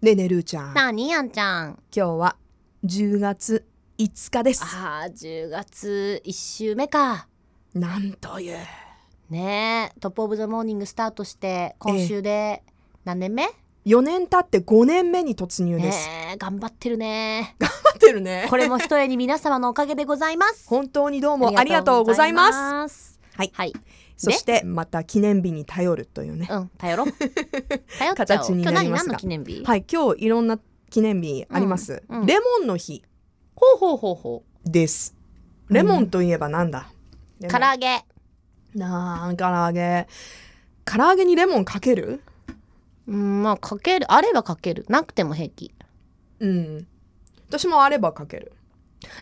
ねえねえるーちゃん今なあにやんちゃん日は10月5日ですあー10月1週目かなんというねえトップオブザモーニングスタートして今週で何年目、 4年経って5年目に突入です、ねえ頑張ってるね待ってるねこれも一重に皆様のおかげでござい ます本当にどうもありがとうございますすはいはい、そしてまた記念日に頼るというね、うん頼 ろう頼っちゃお形うに今日なり何ます何がの記念日、はい今日いろんな記念日あります、うんうんレモンの日ほうほうほうほですレモンといえばなんだ、うレモ唐ン揚げなあ唐揚げ唐揚げにレモンかけるうんまあかけるあればかけるなくても平気うん私もあればかける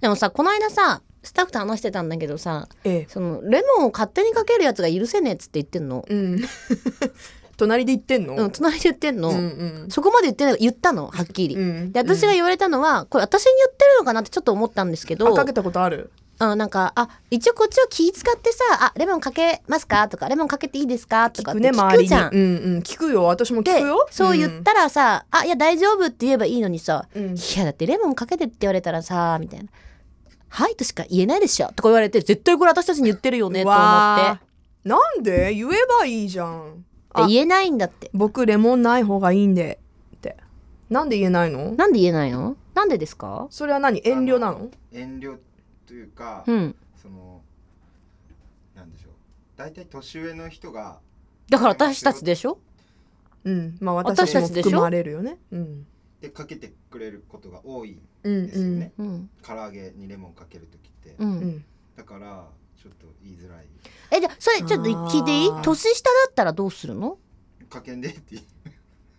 でもさこの間さスタッフと話してたんだけどさええそのレモンを勝手にかけるやつが許せねえっつって言ってんのうん 隣で言ってんの、うん、隣で言ってんの、うんうんそこまで言ってない言ったのはっきり、うんで私が言われたのはこれ私に言ってるのかなってちょっと思ったんですけうんどあかけたことあるうん、なんかあ一応こっちを気使ってさ「あレモンかけますか?」とか「レモンかけていいですか?」と聞かっくねて聞周くりじに、ゃん。うんうん、聞くよ私も聞でくよそう言ったらさ「あいや大丈夫」って言えばいいのにさ「うんいやだってレモンかけてって言われたらさ」みたいな「はい」としか言えないでしょとか言われて絶対これ私たちに言ってるよねと思っってなんで言えばいいじゃんてあで言えないんだって僕レモンない方がいいんでってなんで言えないのなんで言えないのなんでですかそれは何遠慮なの遠慮というか、うんそのなんでしょう大体年上の人がだから私たちでしょうんまあ私私たちもたちでしょ含まれるよねうんでかけてくれることが多いうんですよね、うん唐揚げにレモンかけるときって、ううんんうんだからちょっと言いづらいえじゃあそれちょっと聞いていいあー年下だったらどうするのかけんでって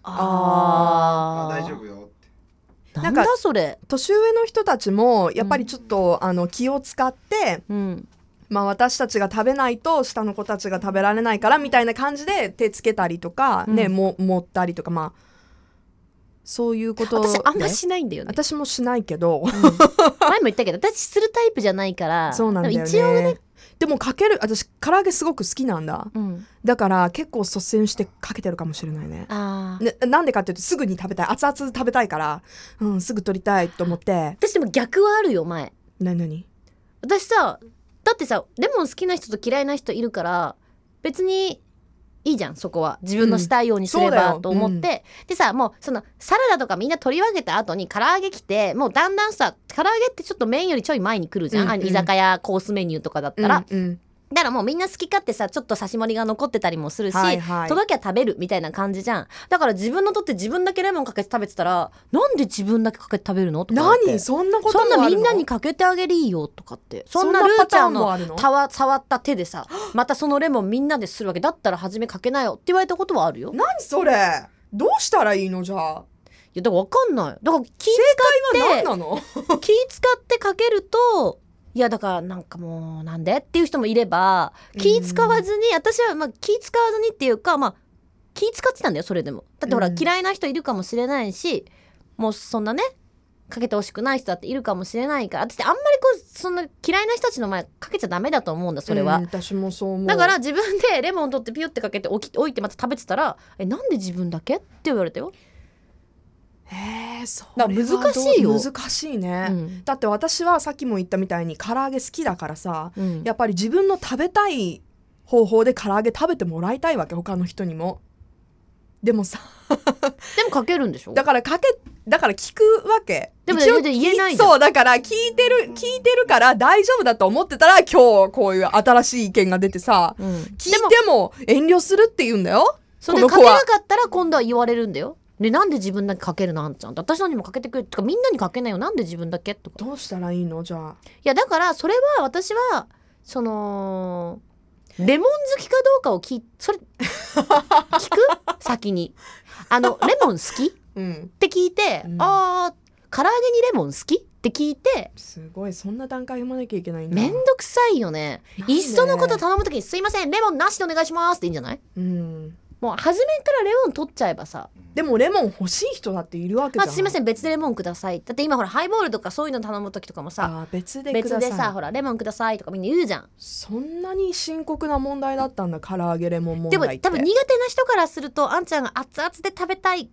ああ大丈夫よって夫ななんんかだそれ年上の人たちもやっぱりちょっと、あの気を使って、うんまあ、私たちが食べないと下の子たちが食べられないからみたいな感じで手つけたりとか、うんねも持ったりとかまあそういうこと私あんまねしないんだよね私もしないけど、 前も言ったけど私するタイプじゃないからそうなんだよねでも一応ねでもかける私唐揚げすごく好きなんだうんだから結構率先してかけてるかもしれないねあーねなんでかっていうとすぐに食べたい熱々食べたいから、うん、すぐ取りたいと思って私でも逆はあるよ前なになに私さだってさレモン好きな人と嫌いな人いるから別にいいじゃんそこは自分のしたいようにすれそうだばよと思って、でさもうそのサラダとかみんな取り分けた後に唐揚げ来てもうだんだんさ唐揚げってちょっと麺よりちょい前に来るじゃん、うんうんあの居酒屋コースメニューとかだったら、うんうんだからもうみんな好き勝手さちょっと刺し盛りが残ってたりもするし、はいはい届きゃ食べるみたいな感じじゃんだから自分のとって自分だけレモンかけて食べてたらなんで自分だけかけて食べるのとか思って何そんなことそんもあなるのみんなにかけてあげりよとかってそんなそんルなーパちターゃンんものあるのたわ触った手でさまたそのレモンみんなでするわけだったら初めかけなよって言われたことはあるよい何それどうしたらいいのじゃあやだから分かんないだから気使今っ何てなの気使ってかけるといやだからなんかもうなんでっていう人もいれば気使わずに私はまあ気使わずにっていうかまあ気使ってたんだよそれでもだってほら、うん嫌いな人いるかもしれないしもうそんなねかけてほしくない人だっているかもしれないから私ってあんまりこうそんな嫌いな人たちの前かけちゃダメだと思うんだそれは、うん私もそう思うだから自分で レモン取ってピュってかけて置き置いてまた食べてたら「えなんで自分だけ?」って言われたよ。へえそだれからは難しいよどう難しいね、うんだって私はさっきも言ったみたいに唐揚げ好きだからさうんやっぱり自分の食べたい方法で唐揚げ食べてもらいたいわけ他の人にもでもさでもかけるんでしょだからかけだから聞くわけでも一応だけど言えないじゃんそうだから聞いてる聞いてるから大丈夫だと思ってたら今日こういう新しい意見が出てさうん聞いても遠慮するって言うんだよそれこでのか子けなはかったら今度は言われるんだよ。でなんで自分だけかけるのあんちゃんって私のにもかけてくれとかみんなにかけないよなんで自分だけとかいどうしたらいいのじゃあやだからそれは私はそのレモン好きかどうかを聞いそれ聞く 先にあのレモン好きっうんて聞いて、うんあー唐揚げにレモン好きって聞いてすごいそんな段階踏まなきゃいけないんだめんどくさいよねなんでいっそのこと頼むときに「すいませんレモンなしでお願いします」っていいんじゃないうんもう初めからレモン取っちゃえばさでもレモン欲しい人だっているわけじゃまん、あ、すいません別でレモンくださいだって今ほらハイボールとかそういうの頼む時とかもさあー別でく別だでさいさほらレモンくださいとかみんな言うじゃんそんなに深刻な問題だったんだ唐揚げレモン問で題っもて多分苦手な人からするとあんちゃんが熱々で食べたい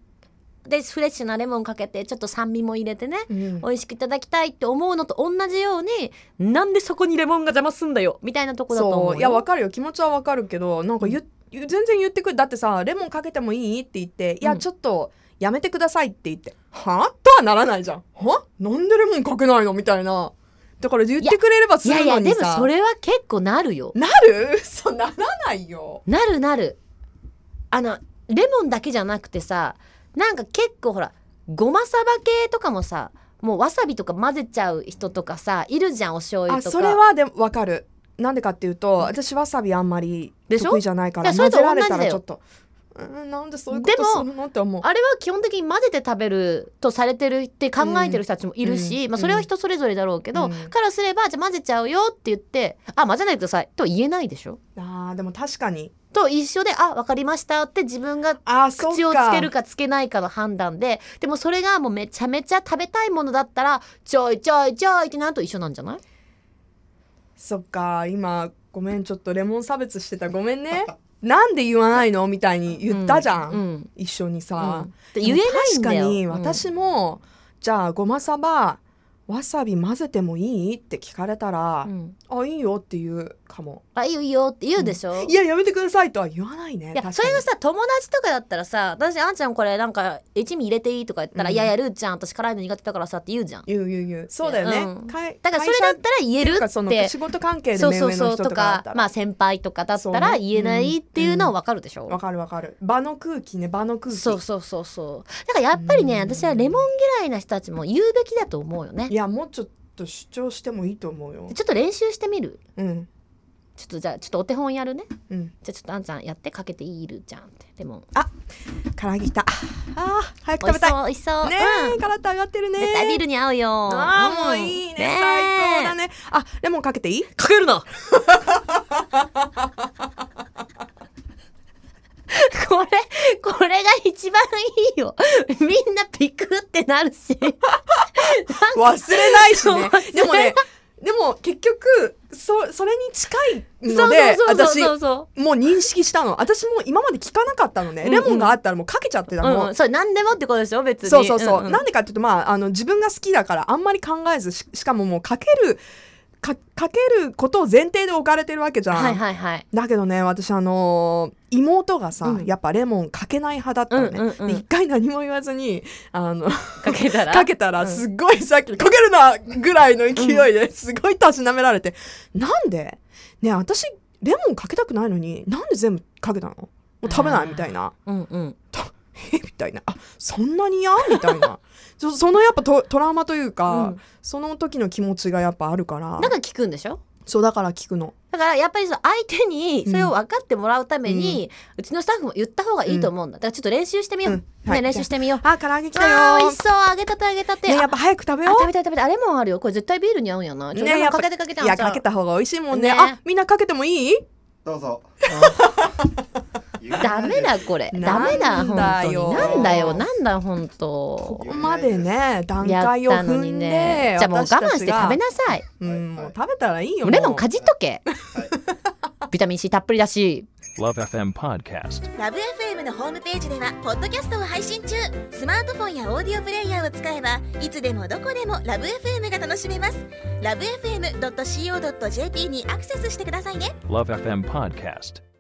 でフレッシュなレモンかけてちょっと酸味も入れてねうん美味しくいただきたいって思うのと同じようになんでそこにレモンが邪魔すんだよみたいなとこだと思そうよういやわかるよ気持ちはわかるけどなんかゆ全然言ってくるだってさレモンかけてもいいって言っていや、うんちょっとやめてくださいって言ってはとはならないじゃんはなんでレモンかけないのみたいなだから言ってくれればすいやるいやのにでさもそれは結構なるよなる そうならないよなるなるあのレモンだけじゃなくてさなんか結構ほらごまさば系とかもさもうわさびとか混ぜちゃう人とかさいるじゃんお醤油あとかそれはでもわかるなんでかっていうと私わさびあんまりでしょ得意じゃないからいやそれ混とぜられ同たじだらよちょっとうんなんでそういうことでもするのって思うあれは基本的に混ぜて食べるとされてるって考えてる人たちもいるし、うんまあ、それは人それぞれだろうけど、うんからすればじゃあ混ぜちゃうよって言って「あ混ぜないでください」とは言えないでしょあーでも確かにと一緒で「あ分かりました」って自分があーそっ口をつかけるかつけないかの判断ででもそれがもうめちゃめちゃ食べたいものだったらちょいちょいちょいってなんと一緒なんじゃないそっか今ごめんちょっとレモン差別してたごめんねなんで言わないのみたいに言ったじゃん、うんうん一緒にうさん、で言えないんだよでも確かに私も、じゃあごまさばわさび混ぜてもいいって聞かれたらう、んあいいよって言うかもあいいよいいよって言うでしょ、いややめてくださいとは言わないねいや確そかにれがさ友達とかだったらさ私あんちゃんこれなんか一味入れていいとか言ったら、うんいやいやるーちゃん私辛いの苦手だからさって言うじゃん言う言う言うそうだよね、うんかいだからそれだったら言え会社るとかっそのて仕事関係でそう目そう上のそう人ととかだっかたらまあ先輩とかだったそらうね言えないっていうのはわかるでしょ、わかるわかる場の空気ね場の空気そうそうそうそうだからやっぱりうねん私はレモン嫌いな人たちも言うべきだと思うよねいやもうちょっと主張してもいいと思うよちょっと練習してみるうんちょっとじゃあちょっとお手本やるねうんじゃあちょっとあんちゃんやってかけていいるーちゃんってレモン唐揚げきたあー早くおい食べしたいそうおいしそう、ねうんえ、カラッと上がってるね絶対ビールに合うよあーもうんいいねえ最高だねあレモンかけていいかけ るなこれこれが一番いいよみんなピクってな るし忘れないしね 忘れないでもねでも結局そそれに近いので そうそうそう私そうそもう認識したの私も今まで聞かなかったのね、うんうんレモンがあったらもうかけちゃってたうの、うん、それ何でもってことでしょ別にそうそうそう、んんなんでかっていうとまああの自分が好きだからあんまり考えずししかももうかけるかかけることを前提で置かれてるわけじゃん、はいはいはいだけどね私あのー妹がさ、うんやっぱレモンかけない派だったのね、うんうんうんで一回何も言わずにあのかけたらかけたらすっごいさっきかけるなぐらいの勢いですごいたしなめられて、なんでねえ私レモンかけたくないのになんで全部かけたのもう食べないみたいなうんうんえ みたいなあそんなに嫌みたいな そそのやっぱトトラウマというか、うんその時の気持ちがやっぱあるからなんか聞くんでしょそうだから聞くのだからやっぱりその相手にそれを分かってもらうために、うちのスタッフも言った方がいいと思うんだ、だからちょっと練習してみよう、うんはいね練習してみようあ唐揚げ来たあー美よ味しそう揚げたて揚げたて、ねえやあっぱ早く食べあよう食べたい食べたいあレモンあるよこれ絶対ビールに合うんやなちょねえレモやンっぱかけてかけていやかけたた方が美味しいもんねねあみんなかけてもいいどうぞ。 ダメだこれダメなだんだよ本当になんだよなんだ本当ここまでね段階をやった踏のにんで、ねじゃあもう我慢して食べい、なさいうん、もう食べたらいいよレモンかじっとけ、ビタミン C たっぷりだし Love FM Podcast. ラブ f m のホームページではポッドキャストを配信中スマートフォンやオーディオプレイヤーを使えばいつでもどこでもラブ f m が楽しめますラブ FM.co.jp にアクセスしてくださいね Love FM Podcast.